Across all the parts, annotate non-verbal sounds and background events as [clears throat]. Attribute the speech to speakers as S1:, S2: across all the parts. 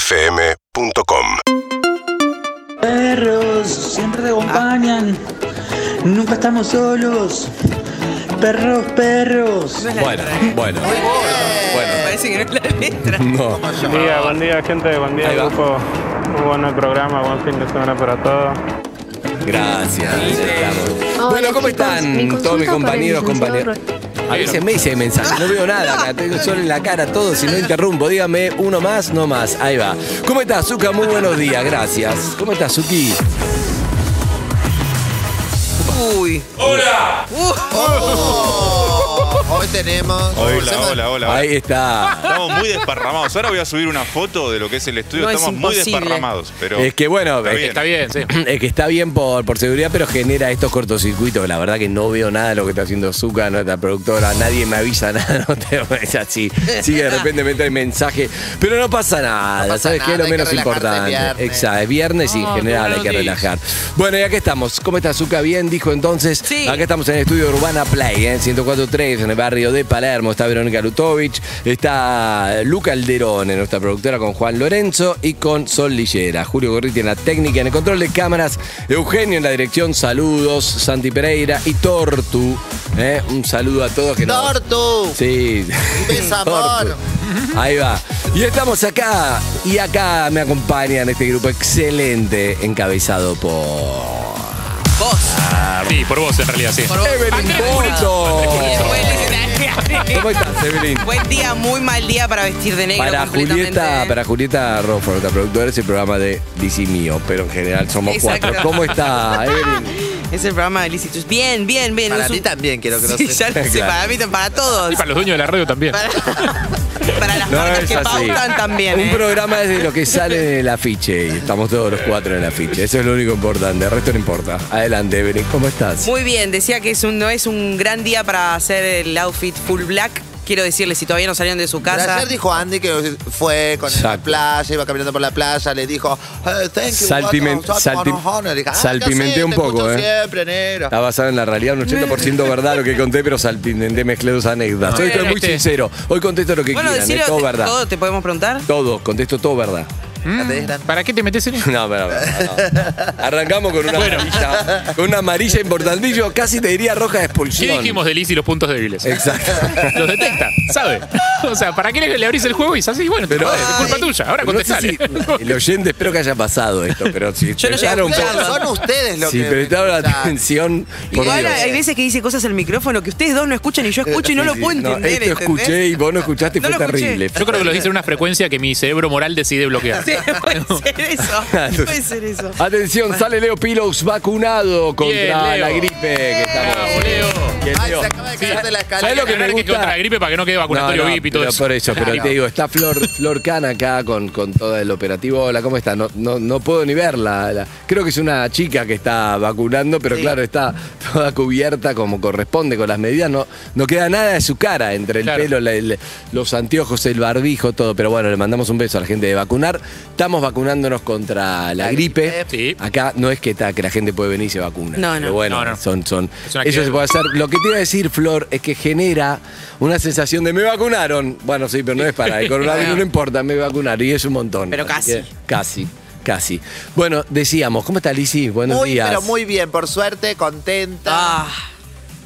S1: UrbanaPlayFM.com
S2: Perros, siempre te acompañan. Nunca estamos solos. Perros, perros.
S3: Bueno, bueno. Bueno,
S4: Parece que no es la letra.
S3: no.
S5: Buen día, buen día, gente, buen día,
S3: Ahí va.
S5: grupo. Muy bueno el programa, buen fin de semana para todos.
S3: Gracias.
S6: Hola,
S3: Bueno,
S6: chicos.
S3: ¿cómo
S6: Mi
S3: están todos mis
S6: consulta para el
S3: compañeros, compañeras? A veces me dice mensaje, no veo nada, acá tengo solo en la cara todo, si no interrumpo, dígame uno más, no más, ahí va. ¿Cómo estás, Zuka? Muy buenos días, gracias. ¿Cómo estás, Zuki?
S4: Uy.
S7: Hoy tenemos.
S8: Hola,
S7: Sema-
S8: hola, hola.
S3: Ahí está.
S8: Estamos muy desparramados. Ahora voy a subir una foto de lo que es el estudio.
S4: No, es
S8: Estamos muy
S4: imposible.
S8: desparramados. Pero
S3: Es que bueno,
S8: Está
S3: es que
S8: bien.
S3: está,
S9: Está bien,
S3: [clears throat]
S9: sí.
S3: es que está bien por, por seguridad, pero genera estos cortocircuitos. La verdad que no veo nada de lo que está haciendo Zuka, nuestra productora. Nadie me avisa [laughs] nada, no te es así. Sí, de repente me trae mensaje. Pero no pasa nada,
S7: No pasa
S3: ¿sabes qué? Es
S7: nada,
S3: lo
S7: hay que
S3: menos
S7: relajarse
S3: importante.
S7: viernes.
S3: Exacto, es viernes y en
S9: No,
S3: general
S9: qué
S3: hay que
S9: bueno,
S3: relajar. Bueno, y acá estamos. ¿Cómo está Zuka? Bien, dijo entonces.
S4: Sí.
S3: Acá estamos en el estudio Urbana Play, ¿eh? en 104.3, en el barrio de Palermo. Está Verónica Lutovich, está Luca Alderone, nuestra productora, con Juan Lorenzo y con Sol Lillera. Julio Gorriti en la técnica, en el control de cámaras. Eugenio en la dirección, saludos. Santi Pereira y Tortu. ¿eh? Un saludo a todos que nos-
S7: Tortu.
S3: Sí.
S7: beso, amor.
S3: Tortu. [laughs] Ahí va. Y estamos acá. Y acá me acompañan este grupo excelente encabezado por.
S4: Vos.
S9: Sí, por vos en realidad, sí.
S4: Por vos.
S3: Evelyn Boto. ¿Cómo estás, Evelyn?
S4: Buen día, muy mal día para vestir de negro.
S3: Para
S4: completamente.
S3: Julieta, para Julieta Rofford, nuestra productora, es el programa de DC Mío, pero en general somos
S4: Exacto.
S3: cuatro. ¿Cómo está, Evelyn?
S4: Es el programa de Licitus. Bien, bien, bien.
S7: Para
S4: Es un-
S7: ti también quiero que lo
S4: Sí,
S7: sepas.
S4: ya lo sé,
S3: Claro.
S4: para mí, para
S9: Y
S4: todos.
S9: para los dueños de la radio también. [laughs]
S4: Para, para las
S3: No
S4: marcas
S3: es
S4: que
S3: así.
S4: pautan también.
S3: Un
S4: eh.
S3: programa es de lo que sale en el afiche y estamos todos los cuatro en el afiche. Eso es lo único importante, el resto no importa. Adelante, Evelyn, ¿cómo estás?
S4: Muy bien, decía que es un, no es un gran día para hacer el outfit full black. Quiero decirles, si todavía no salieron de su
S7: Pero
S4: casa.
S7: ayer dijo Andy que fue con la
S3: Exacto.
S7: playa, iba caminando por la playa, le dijo, "Hey, thank you,
S3: Salpimen-
S7: what a-
S3: salpi-
S7: what a honor". Le dije, "Ah,
S3: salpimenté
S7: ya sé,
S3: un
S7: te
S3: poco,
S7: escucho
S3: eh.
S7: Siempre, negro.
S3: Está basado en la realidad, un
S4: [laughs]
S3: 80% verdad lo que conté, pero salpimenté, mezclé dos anécdotas. Hoy estoy muy
S9: Este.
S3: sincero. Hoy contesto lo que
S4: bueno,
S3: quieran,
S4: decirlo,
S3: es todo
S4: te-
S3: verdad.
S4: todo te podemos preguntar.
S3: Todo, contesto todo
S4: [laughs]
S3: verdad. Mm.
S7: Ya te dirán.
S9: ¿Para qué te metes en eso?
S3: No, pero, no, no. [laughs] Arrancamos con una amarilla. Con una amarilla importantísimo, casi te diría roja de expulsión.
S9: ¿Qué dijimos de Liz y los puntos débiles?
S3: Exacto.
S9: [laughs]
S4: [laughs]
S9: Los detecta, sabe. O sea, ¿para qué le, le abrís el juego y es así? Bueno, te
S3: Pero-
S9: jodés, es culpa tuya. Ahora
S3: No sé
S9: contestale.
S3: si- el oyente, espero que haya pasado esto, pero si
S4: Yo no llegué a
S3: prestaron-
S4: escucharlo.
S7: Son ustedes los
S3: si
S7: que...
S3: prestaron
S7: escuchan.
S3: atención, por
S4: Igual
S3: Dios. Eh,
S4: hay veces que dice cosas al micrófono que ustedes dos no escuchan y yo escucho y no lo puedo
S3: No,
S4: entender.
S3: esto
S4: ¿entendés?
S3: escuché y vos no escuchaste y
S4: No
S3: fue
S4: lo escuché.
S3: terrible.
S9: Yo creo que lo dice en una frecuencia que mi cerebro moral decide bloquear.
S4: Sí,
S3: [laughs]
S4: puede ser eso. Puede ser
S3: Ah,
S4: eso.
S3: Atención, sale Leo Pilos vacunado contra
S9: Bien, Leo.
S3: la gripe que estamos.
S9: Bravo, Leo.
S3: Bien,
S7: Ay,
S3: Leo.
S7: se acaba de caer de la
S9: ¿Sabés
S7: escalera.
S9: lo que me
S3: Ganar que
S9: gusta?
S3: contra
S9: Contra
S3: la
S9: la gripe para que no quede vacunatorio
S3: No, no,
S9: VIP y todo
S3: pero
S9: eso.
S3: Por eso, pero
S9: Claro.
S3: te digo, está Flor, Flor Cana acá con, con todo el operativo. Hola, ¿cómo está? No, no, no puedo ni verla. La- creo que es una chica que está vacunando, pero claro, está toda cubierta como corresponde con las medidas. No, no queda nada de su cara entre el
S9: Claro.
S3: pelo, la- el- los anteojos, el barbijo, todo. Pero bueno, le mandamos un beso a la gente de vacunar. Estamos vacunándonos contra la, gripe.
S9: Sí.
S3: Acá no es que, está, que la gente puede venir y se vacuna.
S4: No, no.
S3: Pero bueno,
S9: No, no.
S3: son, son.
S9: Es
S3: Eso
S9: una
S3: se
S9: actividad.
S3: puede hacer. Lo que te iba a decir, Flor, es que genera una sensación de me vacunaron. Bueno, sí, pero no es para el coronavirus, no importa, me vacunaron. Y es un montón.
S4: Pero
S3: Así
S4: casi.
S3: que, casi, casi. Bueno, decíamos, ¿cómo está Lizzy? Buenos
S7: Muy,
S3: días.
S7: pero muy bien, por suerte, contenta.
S4: Ah,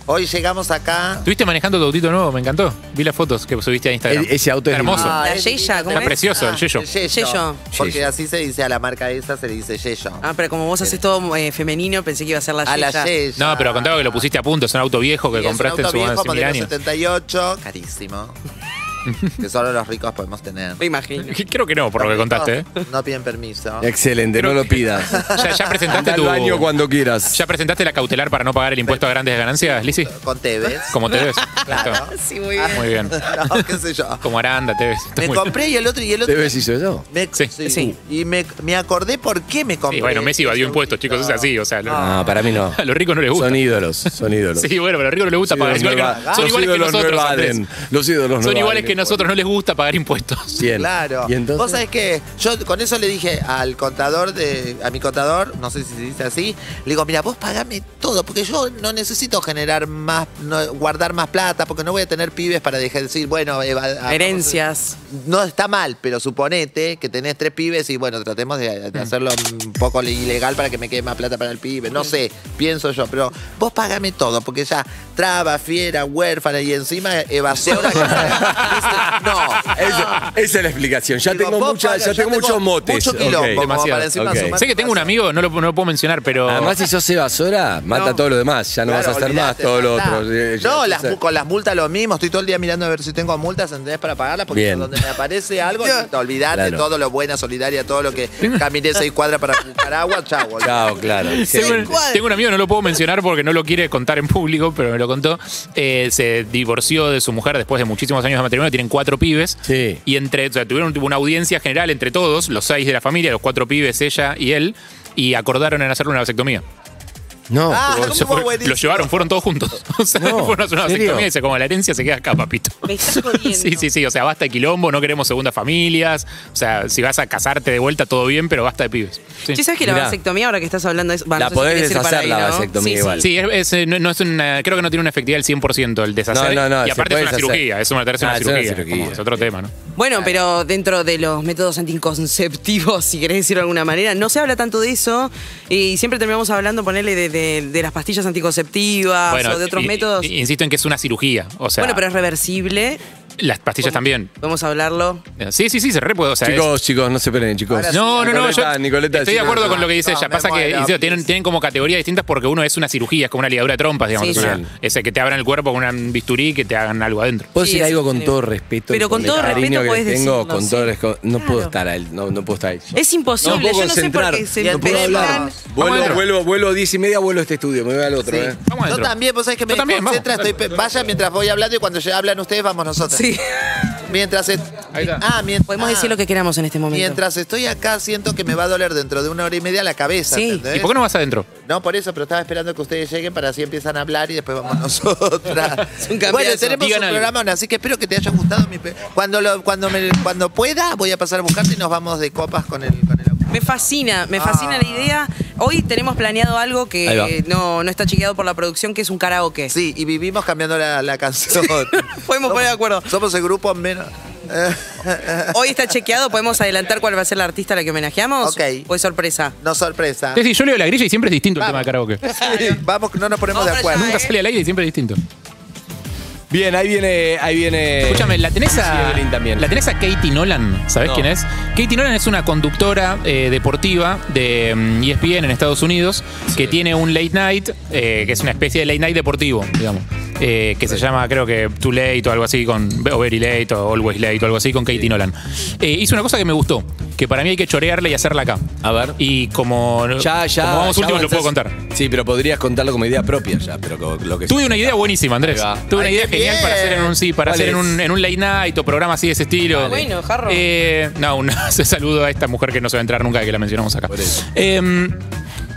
S7: Hoy llegamos acá.
S9: Estuviste manejando tu autito nuevo, me encantó. Vi las fotos que subiste a Instagram.
S3: E- ese auto es
S9: hermoso.
S3: divino.
S7: Ah,
S4: La
S7: es
S4: Yeya,
S7: divino,
S4: ¿cómo
S7: ¿tenés?
S4: es?
S9: Precioso, el yeyo.
S4: Yeyo.
S7: Ah, Porque
S3: Yeyo.
S7: así se dice a la marca esa, se le dice Yeyo.
S4: ah, pero como vos haces todo eh, femenino, pensé que iba a ser la
S7: a la
S4: Yeya.
S7: Yeya.
S9: No, pero contaba que lo pusiste a punto. Es un auto viejo que
S7: Y es un
S9: compraste en
S7: auto
S9: su
S7: viejo,
S9: este hace mil
S7: modelo
S9: años.
S7: 78,
S9: [laughs]
S7: carísimo. que solo los ricos podemos tener.
S4: Me imagino.
S9: [laughs] Creo que no, por lo que contaste.
S7: [laughs]
S9: ¿eh?
S7: No piden permiso.
S3: Excelente,
S9: Creo
S3: no lo
S9: que- [laughs]
S3: pidas.
S9: Ya, ya presentaste
S3: Anda al
S9: tu.
S3: baño cuando quieras.
S9: ¿Ya presentaste la cautelar para no pagar el impuesto a grandes ganancias, Lizzy?
S7: Con Tevez.
S9: [laughs] Como te ves.
S4: Sí, muy
S9: Ah,
S4: bien.
S9: Muy bien.
S7: [laughs] no, qué sé yo.
S9: Como Aranda, te ves. Está
S7: Me
S9: muy-
S7: compré y el otro y el otro.
S3: ¿Te ves hizo eso?
S7: Me-
S9: Sí.
S4: Sí.
S7: Y me, me acordé por qué me compré.
S9: Sí, bueno, Messi
S7: ese
S9: evadió impuestos,
S7: autito.
S9: chicos, es así. O sea, Ah. [laughs] lo-
S3: No, para mí no.
S9: a los ricos no les gusta.
S3: Son ídolos, son ídolos.
S9: Sí, bueno, pero a los ricos no les gusta pagar.
S3: Los
S9: Igual que
S3: ídolos no-
S9: no-
S3: los ídolos no
S9: son iguales que nosotros.
S3: evaden.
S9: Andrés.
S3: Los ídolos no
S9: Son
S3: evaden
S9: iguales que
S3: impuestos.
S9: nosotros, no les gusta
S3: [laughs]
S9: pagar impuestos.
S3: Bien.
S7: Claro.
S3: ¿Y entonces?
S7: Vos sabés que yo con eso le dije al contador de. a mi contador, no sé si se dice así, le digo, mira, vos pagame todo, porque yo no necesito generar más, no- guardar más plata, porque no voy a tener pibes para dejar de decir, bueno, eh, va- a-
S4: Herencias.
S7: no está mal, pero suponete que tenés tres pibes y bueno, tratemos de, de hacerlo un poco ilegal para que me quede más plata para el pibe. No sé, pienso yo, pero vos pagame todo, porque ya traba, fiera, huérfana y encima evasión. [laughs] no.
S3: Esa, esa es la explicación. Ya
S7: Digo,
S3: tengo,
S7: vos
S3: mucha-
S7: paga,
S3: ya tengo muchos motes.
S7: Mucho
S3: Ok,
S7: quilombo, como
S9: demasiado.
S7: para encima
S3: ok.
S7: sumar-
S9: Sé que tengo un amigo, no lo, no lo puedo mencionar, pero.
S3: Además, si sos Evasora, mata
S7: No.
S3: todo lo demás. Ya no
S7: Claro,
S3: vas a hacer más
S7: olvidate,
S3: todo lo
S7: basta.
S3: otro. Eh, ya-
S7: No,
S3: ya
S7: las,
S3: sé.
S7: mu- con las multas lo mismo. Estoy todo el día mirando a ver si tengo multas, ¿entendés? Para pagarlas, porque
S3: Bien.
S7: donde me aparece algo, te olvidate
S3: Claro.
S7: todo lo buena, solidaria, todo lo que caminé seis cuadras para
S9: [laughs]
S7: buscar agua, chao. olvidate.
S3: Chao, claro.
S9: Tengo, un-
S3: Excelente.
S9: tengo un amigo, no lo puedo mencionar porque no lo quiere contar en público, pero me lo contó. Eh, se divorció de su mujer después de muchísimos años de matrimonio, tienen cuatro pibes.
S3: Sí.
S9: Y entre, o sea, tuvieron tipo, una audiencia general entre todos, los seis de la familia, los cuatro pibes, ella y él, y acordaron en hacerle una vasectomía.
S3: No.
S7: Ah,
S9: Tipo,
S7: ¿cómo
S9: se fue-
S7: buenísimo?
S9: lo llevaron, fueron todos juntos. [laughs] O sea,
S3: No,
S9: fueron a hacer una
S3: ¿en serio?
S9: vasectomía y dice, como la herencia se queda acá, papito.
S3: [laughs]
S4: Me estás jodiendo.
S9: sí, sí, sí. O sea, basta de quilombo, no queremos segundas familias. O sea, si vas a casarte de vuelta, todo bien, pero basta de pibes. Sí.
S4: Che, ¿sabes que la
S3: Mirá.
S4: vasectomía, ahora que estás hablando de eso? va, no
S3: La
S4: sé si
S3: podés
S4: querés ir para
S3: deshacer
S4: ahí,
S3: la
S4: ¿no?
S3: vasectomía
S4: Sí, sí.
S3: igual.
S9: Sí, es- es, eh, no, no es una, creo que no tiene una efectividad del 100% el deshacer.
S3: No, no, no,
S9: y
S3: se
S9: aparte es
S3: puede
S9: una
S3: deshacer.
S9: cirugía, es una, tercera
S3: Ah, es una
S9: cirugía.
S3: cirugía.
S9: como es otro tema, ¿no?
S4: Bueno, pero dentro de los métodos anticonceptivos, [laughs] si querés decirlo de alguna manera, no se habla tanto de eso y siempre terminamos hablando, ponerle de, de- de las pastillas anticonceptivas o Ah, de otros
S9: i-
S4: métodos.
S9: i- Insisto en que es una cirugía. O sea,
S4: bueno, pero es reversible.
S9: las pastillas también.
S4: Vamos a hablarlo.
S9: Eh, Sí, sí, sí, se re puede. O sea, es-
S3: Chicos, chicos, no se peleen, chicos.
S7: Ahora sí,
S9: No, no, no, yo
S3: Nicoleta, Nicoleta,
S9: estoy de
S3: sí, no,
S9: acuerdo
S3: no.
S9: con lo que dice
S7: no,
S9: ella.
S7: me
S9: Pasa que
S7: muero,
S9: insisto, tienen,
S7: please.
S9: tienen como categorías distintas porque uno es una cirugía, es como una ligadura de trompas, digamos. es
S4: Sí,
S9: una-
S3: sí.
S9: Ese que te abran el cuerpo con un bisturí y que te hagan algo adentro.
S3: Puedo
S4: Sí,
S3: decir
S4: eso
S3: algo con
S4: sería.
S3: todo respeto. y
S4: Pero con
S3: el
S4: todo respeto
S3: cariño que
S4: podés
S3: tengo,
S4: decirlo,
S3: con todo
S4: sí.
S3: respeto- No puedo
S4: Claro.
S3: estar ahí, no, no puedo estar ahí.
S4: Es
S3: No
S4: imposible,
S3: puedo
S4: yo no sé por
S3: concentrar,
S4: qué se
S3: no puedo hablar.
S4: empezan.
S3: Vuelvo,
S9: adentro.
S3: vuelvo, vuelvo a 10 y media, vuelvo a este estudio, me voy al otro. ¿eh?
S9: Vamos
S7: Yo
S9: adentro.
S7: también, vos sabés que me
S9: Yo también, vamos,
S7: desconcentra, estoy pe- vaya mientras voy hablando y cuando ya hablan ustedes, vamos nosotros.
S4: Sí,
S7: Mientras es-
S9: Ahí está.
S7: Ah, mien-
S4: podemos
S7: ah,
S4: decir lo que queramos en este momento.
S7: Mientras estoy acá, siento que me va a doler dentro de una hora y media la cabeza.
S4: Sí.
S7: ¿entendés?
S9: ¿Y por qué no vas adentro?
S7: No, por eso, pero estaba esperando que ustedes lleguen para así empiezan a hablar y después vamos [laughs] nosotras.
S4: un cambiazo.
S7: bueno, tenemos
S9: Digan
S7: un
S9: algo.
S7: programa, así que espero que te haya gustado. Mi pe- cuando, lo- cuando, me- cuando pueda, voy a pasar a buscarte y nos vamos de copas con el, con el auto.
S4: Me fascina, me fascina la idea. Hoy tenemos planeado algo
S3: Ahí va.
S4: que eh, no, no está chequeado por la producción, que es un karaoke.
S7: Sí, y vivimos cambiando la, la canción.
S4: [laughs] Podemos poner de acuerdo.
S7: Somos el grupo menos. [laughs]
S4: Hoy está chequeado, podemos adelantar cuál va a ser la artista a la que homenajeamos.
S7: Ok.
S4: ¿O es sorpresa?
S7: no sorpresa.
S9: Sí, sí, yo leo la grilla y siempre es distinto el
S7: Ah. Vamos.
S9: tema de karaoke.
S7: Vamos, no nos ponemos
S4: Vamos
S7: de
S4: para
S7: acuerdo.
S4: allá,
S9: Nunca sale al aire y siempre es distinto.
S3: Bien, ahí viene, ahí viene.
S9: Escúchame, la tenés a.
S3: Evelyn también.
S9: La tenés a Katie Nolan, ¿sabés
S3: No.
S9: quién es? Katie Nolan es una conductora eh, deportiva de mm, ESPN en Estados Unidos que tiene un late night, eh, que es una especie de late night deportivo, digamos. eh, que se llama, creo que Too Late o algo así, con o Very Late o Always Late o algo así, con Katie Nolan. Eh, hizo una cosa que me gustó, que para mí hay que chorearle y hacerla acá.
S3: A ver.
S9: Y como,
S3: Ya, ya.
S9: como vamos
S3: ya
S9: últimos, lo
S3: avanzás.
S9: puedo contar.
S3: Sí, pero podrías contarlo como idea propia ya, pero como lo que
S9: Tuve una idea buenísima, Andrés.
S3: Ahí va.
S9: Tuve una
S7: Ay,
S9: idea
S7: qué
S9: genial para
S7: bien.
S9: hacer en un sí, para
S3: ¿Cuál
S9: hacer en
S3: es? Ah,
S9: un, en un late night o programa así de ese estilo.
S4: bueno, Jarro.
S9: Eh, no, un [laughs] saludo a esta mujer que no se va a entrar nunca de que la mencionamos acá.
S3: Por eso.
S9: Eh,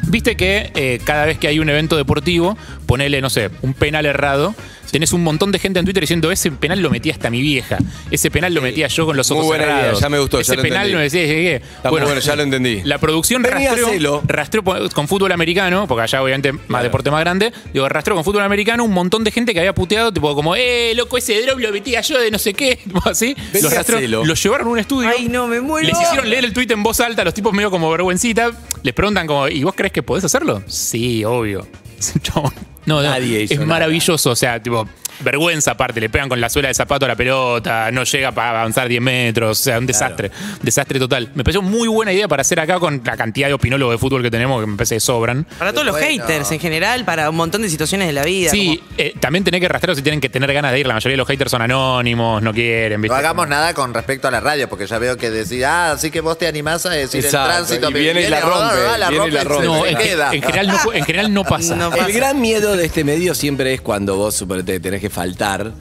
S9: Viste que eh, cada vez que hay un evento deportivo, ponele, no sé, un penal errado. Tenés un montón de gente en Twitter diciendo, ese penal lo metía hasta mi vieja. Ese penal lo metía yo con los
S3: Eh, Muy
S9: ojos
S3: buena idea,
S9: cerrados.
S3: ya me gustó, ya
S9: Ese
S3: lo
S9: penal
S3: entendí.
S9: lo decía, llegué.
S3: muy bueno, ya lo entendí.
S9: La producción
S3: Tenía celo.
S9: rastreó, rastreó po- con fútbol americano, porque allá obviamente más deporte más grande, digo, rastreó con fútbol americano un montón de gente que había puteado, tipo como, eh, loco, ese drop lo metía yo de no sé qué, [laughs] tipo así.
S3: Venía
S9: Los
S3: celo.
S9: rastreó, los llevaron a un estudio.
S4: Ay, no, me muero.
S9: Les hicieron leer el tweet en voz alta, los tipos medio como vergüencita. Les preguntan como, ¿y vos crees que podés hacerlo? Sí, obvio. [laughs] Chabón. No, no,
S3: Nadie hizo
S9: es
S3: nada.
S9: maravilloso, o sea, tipo, vergüenza aparte, le pegan con la suela de zapato a la pelota, no llega para avanzar 10 metros, o sea, un desastre, desastre total. Me pareció muy buena idea para hacer acá con la cantidad de opinólogos de fútbol que tenemos, que me parece que sobran.
S4: Para todos los
S7: Bueno.
S4: haters en general, para un montón de situaciones de la vida.
S9: Sí, eh, también tenés que rastrear si tienen que tener ganas de ir, la mayoría de los haters son anónimos, no quieren, ¿viste?
S7: No hagamos nada con respecto a la radio, porque ya veo que decís, ah, así que vos te animás a decir
S3: Exacto,
S7: el tránsito.
S3: y viene y la rompe,
S7: ah,
S3: viene y la
S7: se-
S3: rompe.
S9: No,
S7: se
S9: en, ge-
S7: queda.
S9: en general no, en general no pasa.
S4: No
S3: El
S4: pasa.
S3: gran miedo de este medio siempre es cuando vos suponete, tenés que faltar.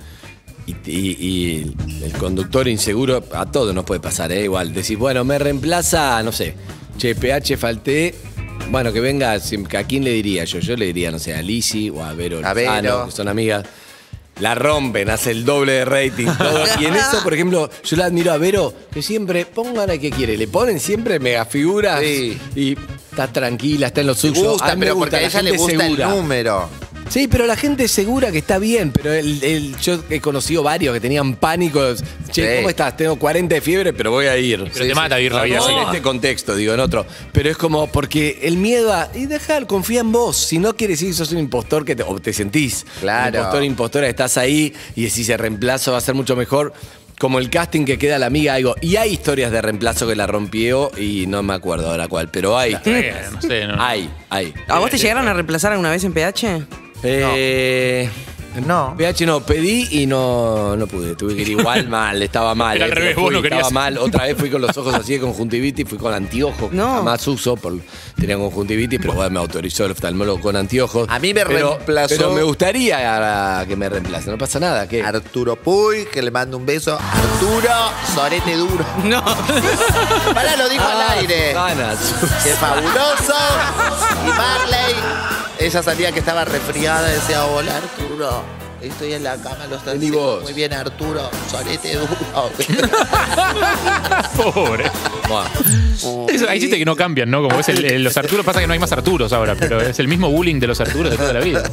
S3: Y, y- y el conductor inseguro, a todos nos puede pasar, ¿eh? igual. Decís, bueno, me reemplaza, no sé, che, PH falté. Bueno, que venga, si- ¿a quién le diría yo? Yo le diría, no sé, a Lisi o a Vero,
S7: A Vero.
S3: Lozano, que son amigas. La rompen, hace el doble de rating. todo. Y en eso, por ejemplo, yo la admiro a Vero, que siempre pongan a que quiere. Le ponen siempre mega figuras
S7: Sí.
S3: y está tranquila, está en lo suyo.
S7: gusta,
S3: A mí me
S7: pero porque a
S3: la
S7: ella le
S3: gente
S7: gusta
S3: segura.
S7: el número.
S3: Sí, pero la gente segura que está bien, pero el, el- yo he conocido varios que tenían pánico. Che,
S7: Sí.
S3: ¿cómo estás? Tengo 40 de fiebre, pero voy a ir.
S9: Pero te mata vivir la vida
S3: No,
S9: así.
S3: en este contexto, digo, en otro. Pero es como porque el miedo a. Y dejar, confía en vos. Si no quieres ir, sos un impostor que te, o te sentís.
S7: Claro.
S3: Un impostor, impostora, estás ahí y decís el reemplazo va a ser mucho mejor. Como el casting que queda la amiga, digo, y hay historias de reemplazo que la rompió y no me acuerdo ahora cuál, pero hay.
S9: Eh, no sé, no.
S3: Hay, hay.
S7: Ah,
S4: ¿A vos te llegaron a reemplazar alguna vez en PH?
S3: Eh,
S7: No.
S3: PH no, pedí y no, no pude. Tuve que ir igual
S7: [laughs]
S3: mal, estaba mal.
S9: Era
S3: eh,
S9: al revés,
S3: pero
S9: vos
S3: fui,
S9: no querías.
S3: Estaba mal. Otra vez fui con los ojos así de conjuntivitis, fui con anteojos. que
S4: No.
S3: Jamás uso, por, tenía conjuntivitis, pero bueno, me autorizó el oftalmólogo con anteojos.
S7: A mí me
S3: Pero-
S7: reemplazó-
S3: Pero me gustaría que me reemplace, no pasa nada. ¿qué?
S7: Arturo Puy, que le mando un beso. Arturo, sorete duro.
S4: No.
S7: [laughs] Pará, lo dijo
S3: Ah,
S7: al aire.
S3: Susana, [laughs] Susana.
S7: ¡Qué fabuloso! Y Marley, ella sabía que estaba resfriada, decía, hola Arturo, estoy en la cama, lo estás
S3: Vení
S7: haciendo
S3: vos.
S7: muy bien Arturo, solete duro. [laughs]
S9: Pobre.
S3: Bueno,
S9: Eso, hay chistes que no cambian, ¿no? Como es el, el- los Arturos, pasa que no hay más Arturos ahora, pero es el mismo bullying de los Arturos de toda la vida.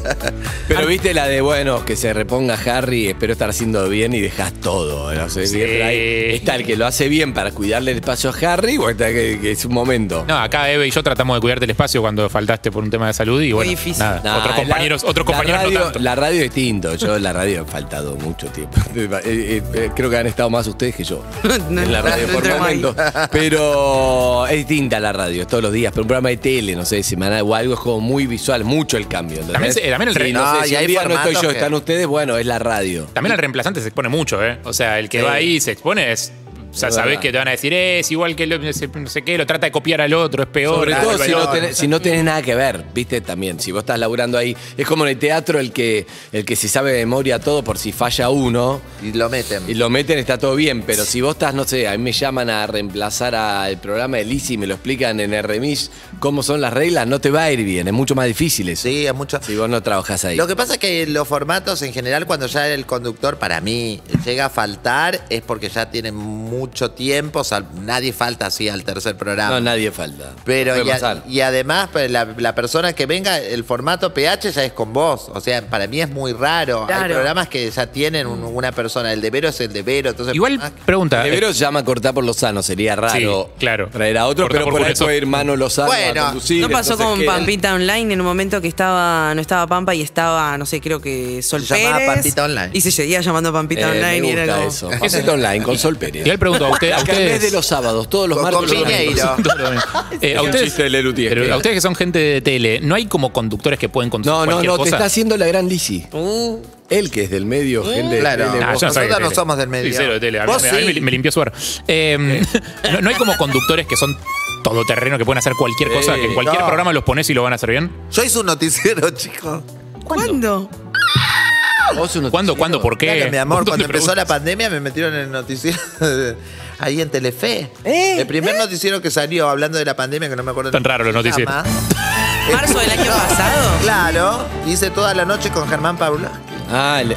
S3: Pero viste la de, bueno, que se reponga Harry, espero estar haciendo bien y dejas todo. ¿no? sé,
S9: Sí.
S3: ahí Está el que lo hace bien para cuidarle el espacio a Harry o está el que, que es un momento.
S9: No, acá Eve y yo tratamos de cuidarte el espacio cuando faltaste por un tema de salud y bueno,
S4: difícil.
S9: nada,
S3: Nah,
S9: otros
S3: la-
S9: compañeros, otros
S3: la
S9: compañeros
S3: radio,
S9: no tanto.
S3: La radio es distinto. Yo en la radio he faltado mucho tiempo. [laughs] Eh, eh, eh, creo que han estado más ustedes que yo.
S4: [laughs] No,
S3: en la
S4: no,
S3: radio
S4: no
S3: por
S4: entremos ahí.
S3: momento. Pero es distinta la radio, es todos los días. Pero un programa de tele, no sé, semanal o algo, es como muy visual, mucho el cambio. ¿entendés?
S9: También se- también el
S3: Sí,
S9: re-
S3: no,
S7: no,
S3: sé,
S7: y
S3: si un
S7: hay
S3: día no estoy yo,
S7: formatos que-
S3: están ustedes, bueno, es la radio.
S9: También el reemplazante se expone mucho, ¿eh? O sea, el que
S3: Sí.
S9: va ahí y se expone es. O sea,
S3: Es
S9: sabés
S3: verdad.
S9: que te van a decir, eh, es igual que el- ese- no sé qué, lo trata de copiar al otro, es peor.
S3: Sobre
S9: es
S3: todo
S9: peor.
S3: si no, tenés, si no tenés nada que ver, viste también, si vos estás laburando ahí, es como en el teatro el que, el que se sabe de memoria todo por si falla uno,
S7: y lo meten.
S3: Y lo meten, está todo bien, pero si vos estás, no sé, a mí me llaman a reemplazar al programa de Lisi y me lo explican en el remis cómo son las reglas, no te va a ir bien, es mucho más difícil eso.
S7: Sí, es mucho.
S3: Si vos no trabajás ahí.
S7: Lo que pasa es que los formatos en general, cuando ya el conductor, para mí, llega a faltar, es porque ya tienen mucho tiempo, o sea, nadie falta así al tercer programa.
S3: no, nadie falta.
S7: Pero
S3: Puede
S7: y, a-
S3: pasar.
S7: y además, pues, la, la persona que venga, el formato PH ya es con vos. O sea, para mí es muy raro. Hay
S4: Claro.
S7: programas que ya tienen un- una persona. El de Vero es el de Vero. Entonces,
S9: Igual
S7: ah,
S9: pregunta.
S3: Rivero se llama cortar por Lozano, sería raro
S9: Sí, claro.
S3: traer a otro,
S9: Cortá
S3: pero
S9: por
S3: por, ahí
S9: Culeso.
S3: puede ir Mano Lozano
S7: Bueno,
S3: a conducir.
S4: ¿No pasó
S3: entonces
S4: con
S3: queda-
S4: Pampita Online en un momento que estaba no estaba Pampa y estaba, no sé, creo que Sol
S7: Se llamaba
S4: Pérez?
S7: Pampita Online.
S4: Y se seguía llamando Pampita
S3: Eh,
S4: Online
S3: me
S4: y era
S3: gusta
S4: como...
S3: eso. Pampita
S4: [laughs]
S3: online con Sol Pérez.
S9: eh,
S3: [laughs]
S9: Igual pregunto a, usted, a
S3: La carnet
S9: ustedes.
S3: de los sábados, todos los
S7: Con-
S3: martes.
S7: con
S3: los domingos.
S7: Piñeiro.
S9: Eh,
S3: Es
S9: a
S3: un
S9: ustedes,
S3: chiste de Leruti, es
S9: pero
S3: que-
S9: a ustedes que son gente de tele, ¿no hay como conductores que pueden conducir
S3: No, no,
S9: cualquier
S3: no, te
S9: cosa?
S3: está haciendo la gran Lisi.
S7: Uh.
S3: Él que es del medio, gente. de
S7: claro.
S3: tele,
S9: Nah,
S3: vos-
S9: yo
S7: Nosotros
S9: soy de
S7: no
S9: Ah, tele.
S7: somos del medio.
S9: Sí, cero de tele. A mí,
S7: Vos
S9: a mí
S7: sí.
S9: me, me limpió suero. Eh, no, no hay como conductores que son todoterreno, que pueden hacer cualquier cosa,
S3: Sí,
S9: que en cualquier
S7: no.
S9: programa los pones y lo van a hacer bien.
S7: yo hice un noticiero, [laughs] chicos.
S4: ¿Cuándo?
S3: vos un
S9: ¿Cuándo,
S3: noticiero.
S9: cuándo, por qué?
S7: Claro, mi
S9: Un [laughs]
S7: amor,
S9: montón
S7: cuando
S9: de
S7: empezó la
S9: preguntas.
S7: pandemia me metieron en el noticiero ahí en Telefe.
S4: ¿Eh?
S7: El primer noticiero que salió hablando de la pandemia, que no me acuerdo.
S9: Tan
S7: ni
S9: raro
S7: cómo
S9: los
S7: se
S9: noticieros.
S7: llama.
S4: [laughs] ¿Marzo
S7: [laughs]
S4: del año pasado?
S7: Claro, hice toda la noche con Germán Paula.
S3: Ah, el-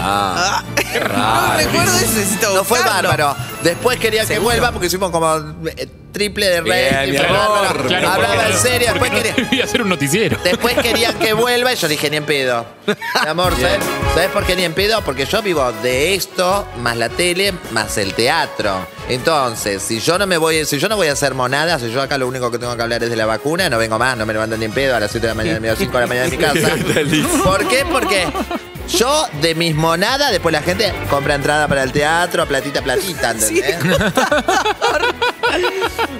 S3: ah,
S4: Ah,
S3: qué
S4: no
S3: raro.
S4: recuerdo eso, necesito
S7: No fue
S4: buscarlo.
S7: bárbaro. Después quería que vuelva porque hicimos como eh, triple de
S3: Bien,
S7: rey.
S3: mi amor. Claro,
S7: Hablaba
S9: porque
S7: en
S9: no-
S7: serio.
S9: porque
S7: Después,
S9: no
S7: quería-
S9: debía hacer un noticiero.
S7: después querían que vuelva y yo le dije, ni en pedo. Mi amor, ¿sabes, ¿sabes por qué ni en pedo? Porque yo vivo de esto, más la tele, más el teatro. Entonces, si yo no me voy, si yo no voy a hacer monadas, si yo acá lo único que tengo que hablar es de la vacuna, no vengo más, no me levantan ni en pedo a las 7 de la mañana, me voy a 5 de la mañana de mi casa. ¿Por qué? Porque yo de mis monadas, después la gente compra entrada para el teatro, platita, platita, ¿entendés?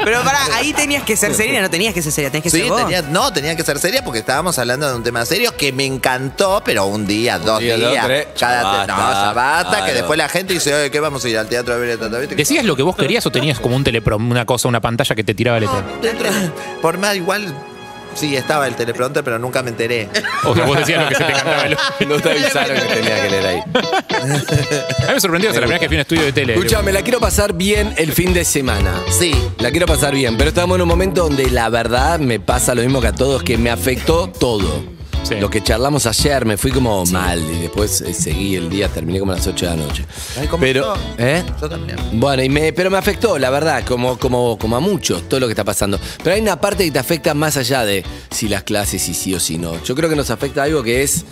S4: Pero pará, ahí tenías que ser seria, no tenías que ser seria, tenías que
S7: Sí,
S4: ser vos.
S7: tenía- no, tenía que ser seria porque estábamos hablando de un tema serio que me encantó, pero un día, dos
S3: día, dos,
S7: días.
S3: tres,
S7: cada
S3: ya
S7: te- no,
S3: basta,
S7: ya basta, que
S3: claro.
S7: después la gente dice, oye, ¿qué vamos a ir al teatro a ver el tratamiento?
S9: ¿Decías lo que vos querías o tenías como un teleprom, una cosa, una pantalla que te tiraba letra?
S7: Dentro- por más igual, sí, estaba el teleprompter, pero nunca me enteré.
S9: O sea, vos decías lo que se te cantaba.
S7: [laughs]
S9: el-
S3: No te avisaron que tenía que leer ahí.
S9: A mí me sorprendió, o sea, la primera vez que fui a un estudio de tele.
S3: Escuchame, la quiero pasar bien el fin de semana.
S7: Sí.
S3: La quiero pasar bien, pero estamos en un momento donde la verdad me pasa lo mismo que a todos, que me afectó todo. O
S9: Sí.
S3: Lo que charlamos ayer me fui como mal y después eh, seguí el día, terminé como a las 8 de la noche.
S7: Ay, ¿cómo
S3: Pero,
S7: yo?
S3: ¿eh?
S7: Yo también.
S3: Bueno, y me, pero me afectó, la verdad, como, como, como a muchos, todo lo que está pasando. Pero hay una parte que te afecta más allá de si las clases, y sí o si no. Yo creo que nos afecta algo que es.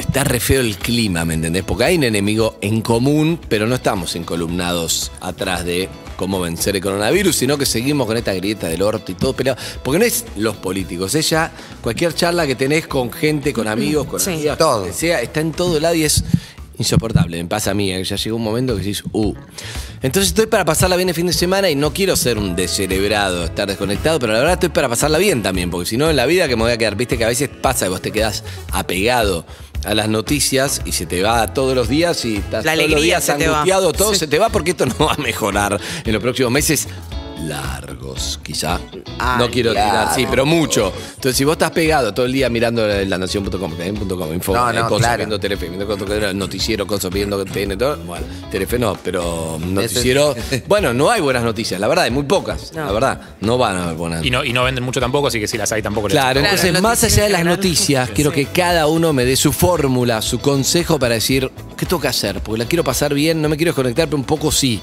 S3: Está re feo el clima, ¿me entendés? Porque hay un enemigo en común, pero no estamos encolumnados atrás de cómo vencer el coronavirus, sino que seguimos con esta grieta del orto y todo peleado. Porque no es los políticos, es ya cualquier charla que tenés con gente, con amigos, con
S4: Sí.
S3: amigas,
S7: Todo.
S3: que sea, está en todo lado y es insoportable. Me pasa a mí, eh, ya llegó un momento que decís, uh. Entonces estoy para pasarla bien el fin de semana y no quiero ser un descerebrado, estar desconectado, pero la verdad estoy para pasarla bien también, porque si no en la vida que me voy a quedar, viste que a veces pasa que vos te quedás apegado a las noticias y se te va todos los días y estás
S4: La
S3: todos los
S4: alegría
S3: días
S4: se te va.
S3: angustiado, todo
S4: Sí.
S3: se te va porque esto [laughs] no va a mejorar en los próximos meses largos, quizá. no quiero tirar, sí, pero mucho. Entonces, si vos estás pegado todo el día mirando la nación.com, TN.com, info,
S7: No,
S3: eh,
S7: no,
S3: cosas,
S7: claro.
S3: viendo Telefe, viendo cosas, viendo noticiero, cosas, viendo TN, todo, bueno, Telefe no, pero
S7: Ese-
S3: noticiero, bueno, no hay buenas noticias, la verdad, hay muy pocas,
S4: No.
S3: la verdad, no van a haber buenas
S9: Y no, y no venden mucho tampoco, así que si las hay tampoco les-
S3: Claro,
S4: Claro,
S3: entonces
S4: el
S3: más allá de las
S4: noticiero en
S3: noticias,
S4: general.
S3: quiero
S4: Sí.
S3: que cada uno me dé su fórmula, su consejo para decir, ¿qué tengo que hacer? Porque la quiero pasar bien, no me quiero desconectar, pero un poco sí.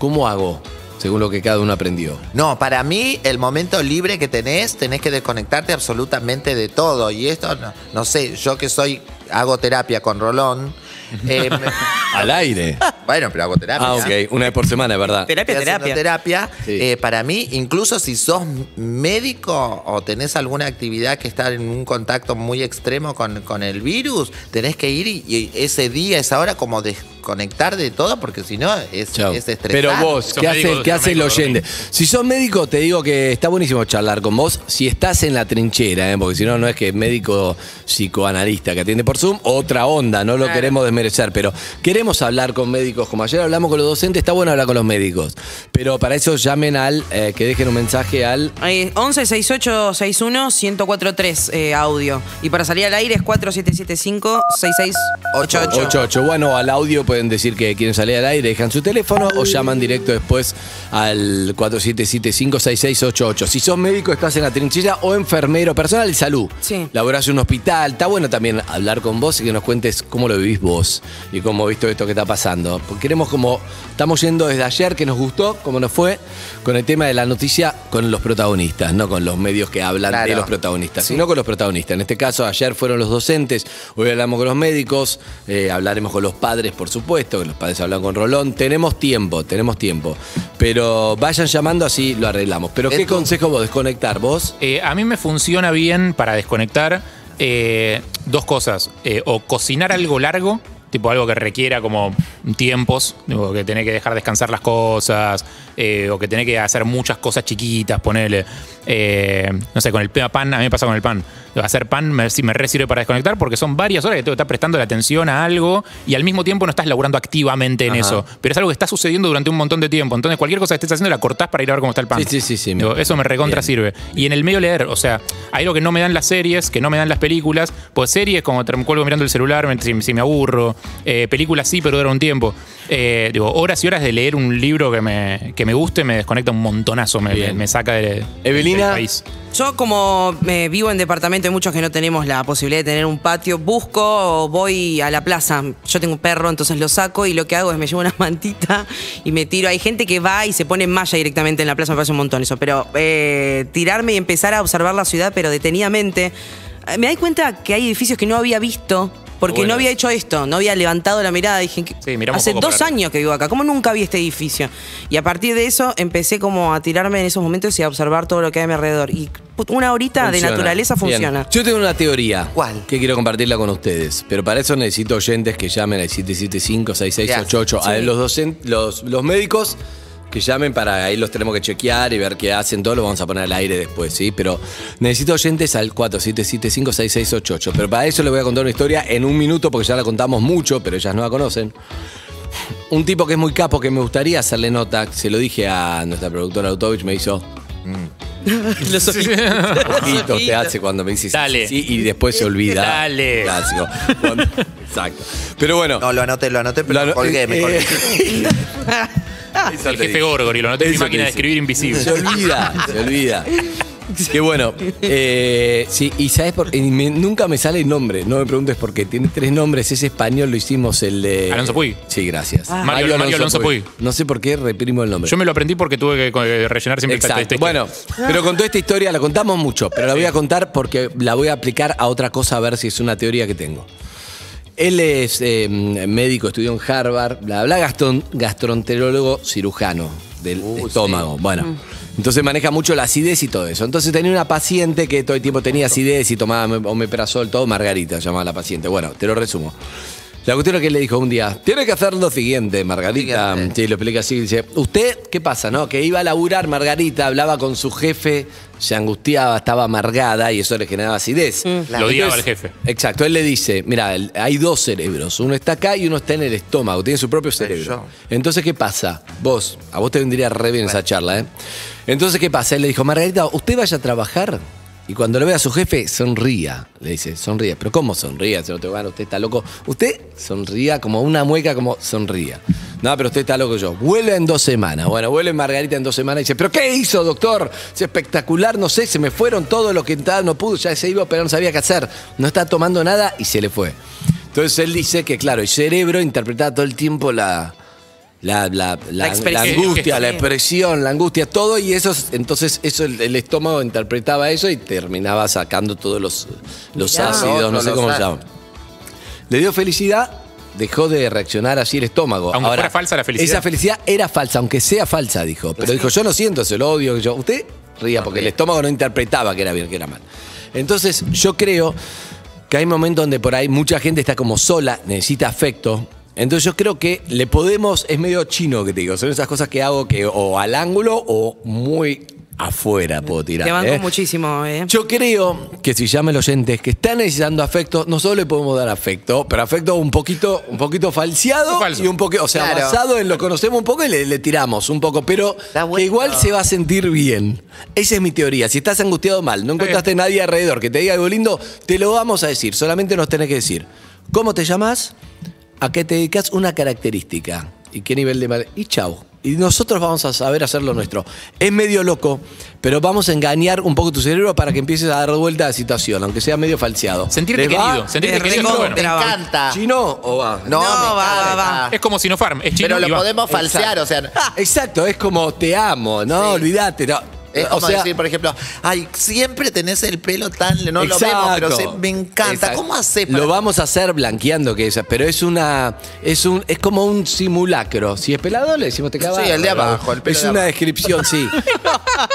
S3: ¿Cómo hago? Según lo que cada uno aprendió.
S7: No, para mí el momento libre que tenés, tenés que desconectarte absolutamente de todo. Y esto, no, no sé, yo que soy, hago terapia con Rolón. eh,
S3: [laughs]
S7: me-
S3: Al aire.
S7: bueno, pero hago terapia. ¿eh?
S3: Ah, ok, una vez por semana, es verdad.
S4: Terapia,
S7: Estoy haciendo
S4: terapia.
S7: terapia.
S3: Sí.
S7: Eh, para mí, incluso si sos médico o tenés alguna actividad que está en un contacto muy extremo con, con el virus, tenés que ir y, y ese día, esa hora, como desconectar de todo, porque si no es,
S3: Chao.
S7: es estresante.
S3: Pero vos,
S9: Sos
S3: ¿qué hace,
S9: médico,
S3: qué
S9: sos
S3: hace el
S9: médico,
S3: oyente? Si sos médico, te digo que está buenísimo charlar con vos. Si estás en la trinchera, ¿eh? porque si no, no es que médico psicoanalista que atiende por Zoom, otra onda, no lo
S4: Claro.
S3: queremos desmerecer, pero queremos hablar con médicos. Como ayer hablamos con los docentes, está bueno hablar con los médicos. Pero para eso llamen al, eh, que dejen un mensaje al
S4: Ahí, 11 68 61 1043 eh, audio. Y para salir al aire es 4775 6688.
S3: 88. Bueno, al audio pueden decir que quieren salir al aire, dejan su teléfono o llaman directo después al 47756688. Si sos médico, estás en la trinchera o enfermero, personal de salud.
S4: Sí.
S3: Laborás en un hospital. Está bueno también hablar con vos y que nos cuentes cómo lo vivís vos y cómo visto esto que está pasando. Porque queremos como, estamos yendo desde ayer, que nos gustó, cómo nos fue, con el tema de la noticia con los protagonistas, no con los medios que hablan de
S7: Claro.
S3: los protagonistas, sino con los protagonistas. En este caso, ayer fueron los docentes, hoy hablamos con los médicos, eh, hablaremos con los padres, por supuesto, que los padres hablan con Rolón. Tenemos tiempo, tenemos tiempo. Pero vayan llamando así lo arreglamos. Pero ¿qué
S7: Esto-
S3: consejo vos? ¿Desconectar vos?
S9: Eh, a mí me funciona bien para desconectar eh, dos cosas. Eh, o cocinar algo largo, tipo algo que requiera como tiempos, tipo que tenés que dejar descansar las cosas, eh, o que tenés que hacer muchas cosas chiquitas, ponerle, no sé, con el tema pan, a mí me pasa con el pan. Hacer pan me, sí me re sirve para desconectar porque son varias horas que tengo que estar prestando la atención a algo y al mismo tiempo no estás laburando activamente en
S3: Ajá.
S9: eso. Pero es algo que está sucediendo durante un montón de tiempo. Entonces cualquier cosa que estés haciendo la cortás para ir a ver cómo está el pan.
S3: Sí, sí, sí, sí, me
S9: Digo, eso me recontra
S3: Bien.
S9: sirve. Y en el medio leer, o sea, hay algo que no me dan las series, que no me dan las películas. Pues series como te me cuelgo mirando el celular me- si, si me aburro. Eh, películas sí, pero dura un tiempo. Eh, digo, horas y horas de leer un libro que me, que me guste me desconecta un montonazo, me,
S3: Bien.
S9: me- me saca de,
S3: Evelina.
S9: del país.
S4: Yo como eh, vivo en departamento hay muchos que no tenemos la posibilidad de tener un patio, busco o voy a la plaza. Yo tengo un perro, entonces lo saco y lo que hago es me llevo una [laughs] mantita y me tiro. Hay gente que va y se pone en malla directamente en la plaza, me parece un montón eso. Pero eh, tirarme y empezar a observar la ciudad, pero detenidamente, eh, me doy cuenta que hay edificios que no había visto. Porque
S3: Bueno.
S4: no había hecho esto, no había levantado la mirada. Dije, ¿qué-
S9: Sí, miramos
S4: hace
S9: un poco
S4: dos
S9: para arriba.
S4: años que vivo acá, ¿cómo nunca vi este edificio? Y a partir de eso empecé como a tirarme en esos momentos y a observar todo lo que hay a mi alrededor. Y put- una horita
S3: Funciona.
S4: de naturaleza
S3: Bien.
S4: funciona.
S3: Yo tengo una teoría.
S7: ¿Cuál?
S3: Que quiero compartirla con ustedes. Pero para eso necesito oyentes que llamen al 775-6688. A los, docen- los, los médicos que llamen para ahí los tenemos que chequear y ver qué hacen. Todo lo vamos a poner al aire después, ¿sí? Pero necesito oyentes al 4775-6688. Pero para eso les voy a contar una historia en un minuto porque ya la contamos mucho, pero ellas no la conocen. Un tipo que es muy capo, que me gustaría hacerle nota, se lo dije a nuestra productora Autovich, me hizo... [laughs] Ojitos te hace cuando me dices
S9: Dale.
S3: sí y después se olvida.
S9: Dale.
S3: Clásico.
S9: [laughs]
S3: Cuando- exacto. Pero bueno.
S7: No, lo anoté, lo anoté, pero
S3: la-
S7: me colgué, me
S3: eh,
S7: colgué.
S3: [laughs] Eso
S9: El
S3: te
S9: jefe
S3: digo.
S9: Gorgori, lo noté en mi
S3: Eso te
S9: máquina de
S3: dice.
S9: escribir invisible.
S3: Se olvida, se olvida. Qué bueno. Eh, sí, y sabes por y me- nunca me sale el nombre, no me preguntes por qué. Tiene tres nombres, es español, lo hicimos el de.
S9: Alonso Puig.
S3: Sí, gracias.
S9: Mario- Mario Alonso Puig.
S3: No sé por qué reprimo el nombre.
S9: Yo me lo aprendí porque tuve que co- eh, rellenar siempre esta-
S3: Exacto.
S9: esta historia.
S3: Bueno, pero con toda esta historia la contamos mucho, pero la voy a contar porque la voy a aplicar a otra cosa a ver si es una teoría que tengo. Él es eh, médico, estudió en Harvard, bla, bla, gastron- gastroenterólogo cirujano del estómago. Bueno, entonces maneja mucho la acidez y todo eso. Entonces tenía una paciente que todo el tiempo tenía acidez y tomaba me- omeprazol, todo, Margarita llamaba la paciente. Bueno, te lo resumo. La cuestión es que él le dijo un día, tiene que hacer lo siguiente, Margarita.
S7: Siguiente.
S3: Sí, lo explica así. Dice, ¿usted qué pasa? no? Que iba a laburar Margarita, hablaba con su jefe, se angustiaba, estaba amargada y eso le generaba acidez.
S9: Mm. Lo odiaba al jefe.
S3: Exacto, él le dice, mira, el- hay dos cerebros, uno está acá y uno está en el estómago, tiene su propio cerebro. Entonces, ¿qué pasa? Vos, a vos te vendría re bien esa charla, ¿eh? Entonces, ¿qué pasa? Él le dijo, Margarita, usted vaya a trabajar y cuando lo vea a su jefe, sonría. Le dice, sonría. ¿Pero cómo sonría? Se lo tengo que usted está loco. Usted sonría como una mueca, como sonría. No, pero usted está loco yo. Vuelve en dos semanas. Bueno, vuelve Margarita en dos semanas y dice, ¿pero qué hizo, doctor? Es espectacular, no sé, se me fueron todos los que entraban, no pudo, ya se iba, pero no sabía qué hacer. No está tomando nada y se le fue. Entonces él dice que, claro, el cerebro interpretaba todo el tiempo la. La, la- la-
S4: expresión.
S3: la angustia, la expresión, la angustia, todo y eso, entonces eso el, el estómago interpretaba eso y terminaba sacando todos los, los
S7: Mirá.
S3: ácidos, no
S7: Los
S3: sé cómo se
S7: ácidos.
S3: llaman. Le dio felicidad, dejó de reaccionar así el estómago.
S9: Aunque fuera falsa la felicidad.
S3: Esa felicidad era falsa, aunque sea falsa, dijo. Pero dijo, yo no siento ese odio. Yo, usted
S9: Ah,
S3: ría, porque el estómago no interpretaba que era bien, que era mal. Entonces, yo creo que hay momentos donde por ahí mucha gente está como sola, necesita afecto. Entonces yo creo que le podemos, es medio chino que te digo, son esas cosas que hago que o al ángulo o muy afuera puedo tirar.
S4: Te banco
S3: ¿eh?
S4: muchísimo, ¿eh?
S3: Yo creo que si llama el oyente que está necesitando afecto, nosotros le podemos dar afecto, pero afecto un poquito, un poquito falseado
S9: Falso.
S3: y un poco, o sea,
S7: Claro.
S3: basado en lo conocemos un poco y le, le tiramos un poco, pero
S7: Está bueno.
S3: que igual se va a sentir bien. Esa es mi teoría. Si estás angustiado mal, no encontraste nadie alrededor que te diga algo lindo, te lo vamos a decir. Solamente nos tenés que decir cómo te llamas, a qué te dedicas, una característica y qué nivel de mal. Y chau. Y nosotros vamos a saber hacer lo nuestro. Es medio loco, pero vamos a engañar un poco tu cerebro para que empieces a dar vuelta a la situación, aunque sea medio falseado.
S9: Sentirte
S3: ¿Les va?
S9: querido. Sentirte
S4: Es
S9: querido
S4: re
S9: está
S4: cómodo.
S9: bueno.
S7: Me encanta.
S3: ¿Chino o va?
S7: No,
S4: No,
S7: me
S4: va, va, va.
S7: encanta.
S9: Es como Sinopharm. Es chino
S7: Pero
S9: y
S7: lo
S9: va.
S7: podemos falsear, o sea,
S3: Exacto, es como te amo, no,
S7: Sí.
S3: olvídate. no.
S7: Es
S3: o
S7: como
S3: sea,
S7: decir, por ejemplo, ay, siempre tenés el pelo tan. No lo vemos, pero se-
S3: Exacto.
S7: me encanta.
S3: Exacto.
S7: ¿Cómo haces para
S3: Lo vamos a hacer blanqueando que esa, pero es una es un es como un simulacro. Si es pelado le decimos te queda
S7: Sí, el de
S3: bárbaro.
S7: abajo, el pelo
S3: Es
S7: de
S3: una
S7: abajo.
S3: descripción,
S7: [laughs]
S3: sí.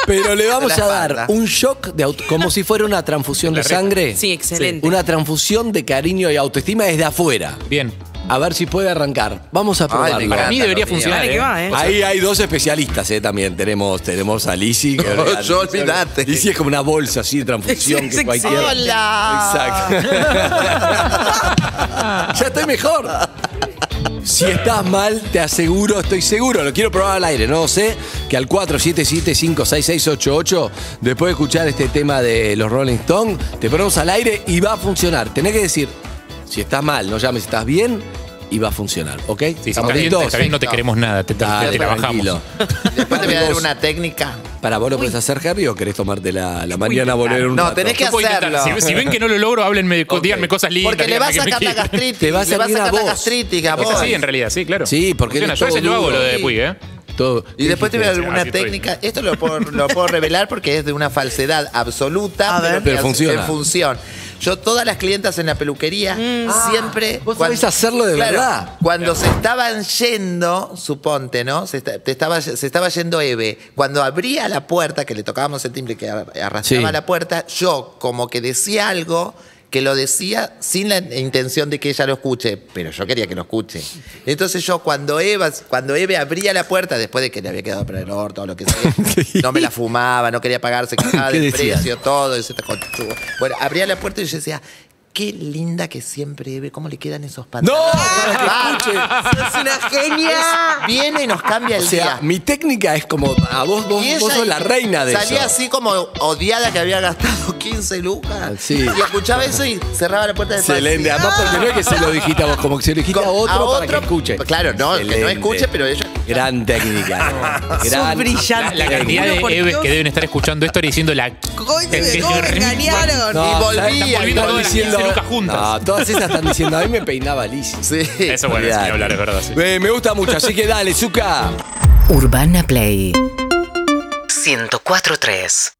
S3: pero le vamos
S7: La
S3: a dar
S7: espalda.
S3: un shock de auto- como si fuera una transfusión de sangre.
S4: Sí, excelente.
S3: Una transfusión de cariño y autoestima desde afuera.
S9: Bien.
S3: A ver si puede arrancar. Vamos a probarlo.
S7: me
S9: Para
S7: encanta
S9: mí debería
S7: lo mío.
S9: funcionar.
S4: Dale que
S9: ¿eh?
S4: va, ¿eh? [laughs]
S3: Ahí hay dos especialistas, ¿eh? También tenemos, tenemos a Lizzy. que-
S7: No, [laughs] yo olvidate.
S3: Lizzy es como una bolsa así de transfusión
S4: Sí,
S3: que
S4: sí,
S3: cualquier.
S4: sí.
S7: Hola.
S3: Exacto. [laughs] ya estoy mejor. Si estás mal, te aseguro, estoy seguro, lo quiero probar al aire, no sé, que al 477-56688, después de escuchar este tema de los Rolling Stones, te ponemos al aire y va a funcionar. Tenés que decir, si estás mal, no llames, si estás bien y va a funcionar, ¿ok?
S9: Sí, si
S3: ¿Estamos
S9: está bien,
S3: listos?
S9: está bien, no te
S7: Perfecto.
S9: queremos nada. Te, te-
S3: Dale,
S9: te trabajamos.
S3: tranquilo.
S7: Después te voy a dar
S3: Vos-
S7: una técnica.
S3: ¿Para vos lo puedes hacer, Harry, o querés tomarte la, la mañana a volver un
S7: No,
S3: rato?
S7: tenés que
S9: Yo puedo intentar.
S7: hacerlo.
S9: Si, si ven que no lo logro, háblenme, co-
S7: Ok.
S9: díganme cosas lindas.
S7: Porque le va a
S9: díganme que me
S7: sacar la
S9: quieren.
S7: gastritis.
S3: Te va a
S7: le va a
S3: sacar
S7: sacar
S3: a
S7: la
S3: vos.
S7: gastritis a
S9: Es
S7: vos.
S9: así en realidad, sí, claro.
S3: Sí, porque él
S9: Funciona.
S3: es
S9: Yo a veces
S3: todo
S9: lo hago
S3: duro.
S9: lo de Puig, ¿eh?
S3: Todo-
S7: Y después te voy a dar
S9: Así
S7: una
S9: estoy.
S7: técnica. Esto lo puedo, lo puedo revelar porque es de una falsedad absoluta.
S4: A ver.
S7: que
S3: Pero
S7: hace-
S3: funciona.
S7: en función. Yo, todas las clientas en la peluquería, siempre.
S3: Mm. Ah, Vos sabés hacerlo de verdad.
S7: Cuando se estaban yendo, suponte, ¿no? Se, esta- te estaba, se estaba yendo Eve. Cuando abría la puerta, que le tocábamos el timbre, que ar- arrastraba
S3: Sí.
S7: la puerta, yo como que decía algo que lo decía sin la intención de que ella lo escuche, pero yo quería que lo escuche. Entonces yo cuando Eva, cuando Eve abría la puerta, después de que le había quedado para el orto o lo que sea,
S3: [laughs] Sí.
S7: no me la fumaba, no quería
S3: [laughs]
S7: pagar, se quejaba
S3: ¿Qué
S7: del
S3: decías?
S7: precio, todo, ese taconchudo. Bueno, abría la puerta y yo decía, qué linda que siempre Eve, cómo le quedan esos
S3: ¡No!
S7: pantalones.
S3: para que escuche.
S4: ¡Es una genia!
S7: Viene y nos cambia
S3: O
S7: el
S3: sea,
S7: día.
S3: mi técnica es como a vos, vos,
S7: Y
S3: vos
S7: ella
S3: sos la reina de
S7: Salía
S3: eso.
S7: así como odiada que había gastado [laughs] 15 lucas.
S3: Ah, Sí.
S7: Y escuchaba eso y cerraba la puerta de
S3: Excelente, además porque no es que se lo dijiste a vos, como que se lo dijiste a otro, para que escuche.
S7: Claro, no, que no
S3: Excelente.
S7: escuche, pero ella
S3: Gran
S9: [laughs]
S3: técnica. Gran,
S4: Sos
S7: Ah,
S4: brillante.
S9: La cantidad
S4: Juro por
S9: de Eves
S4: Dios.
S9: que deben estar escuchando esto y diciendo la.
S4: Coño,
S3: [laughs]
S4: ¿Cómo me engañaron?
S3: No,
S7: Y volví,
S3: ¿sabes? Están
S7: y
S3: volviendo
S9: todas
S3: todas
S9: las quince lucas juntas.
S3: No, todas esas están diciendo, a mí me peinaba Lizzie.
S7: Sí.
S9: Eso bueno, es
S3: Olvidate.
S9: sin hablar, es verdad. sí.
S3: Eh, me gusta mucho, así que dale, Zuka.
S6: Urbana Play 1043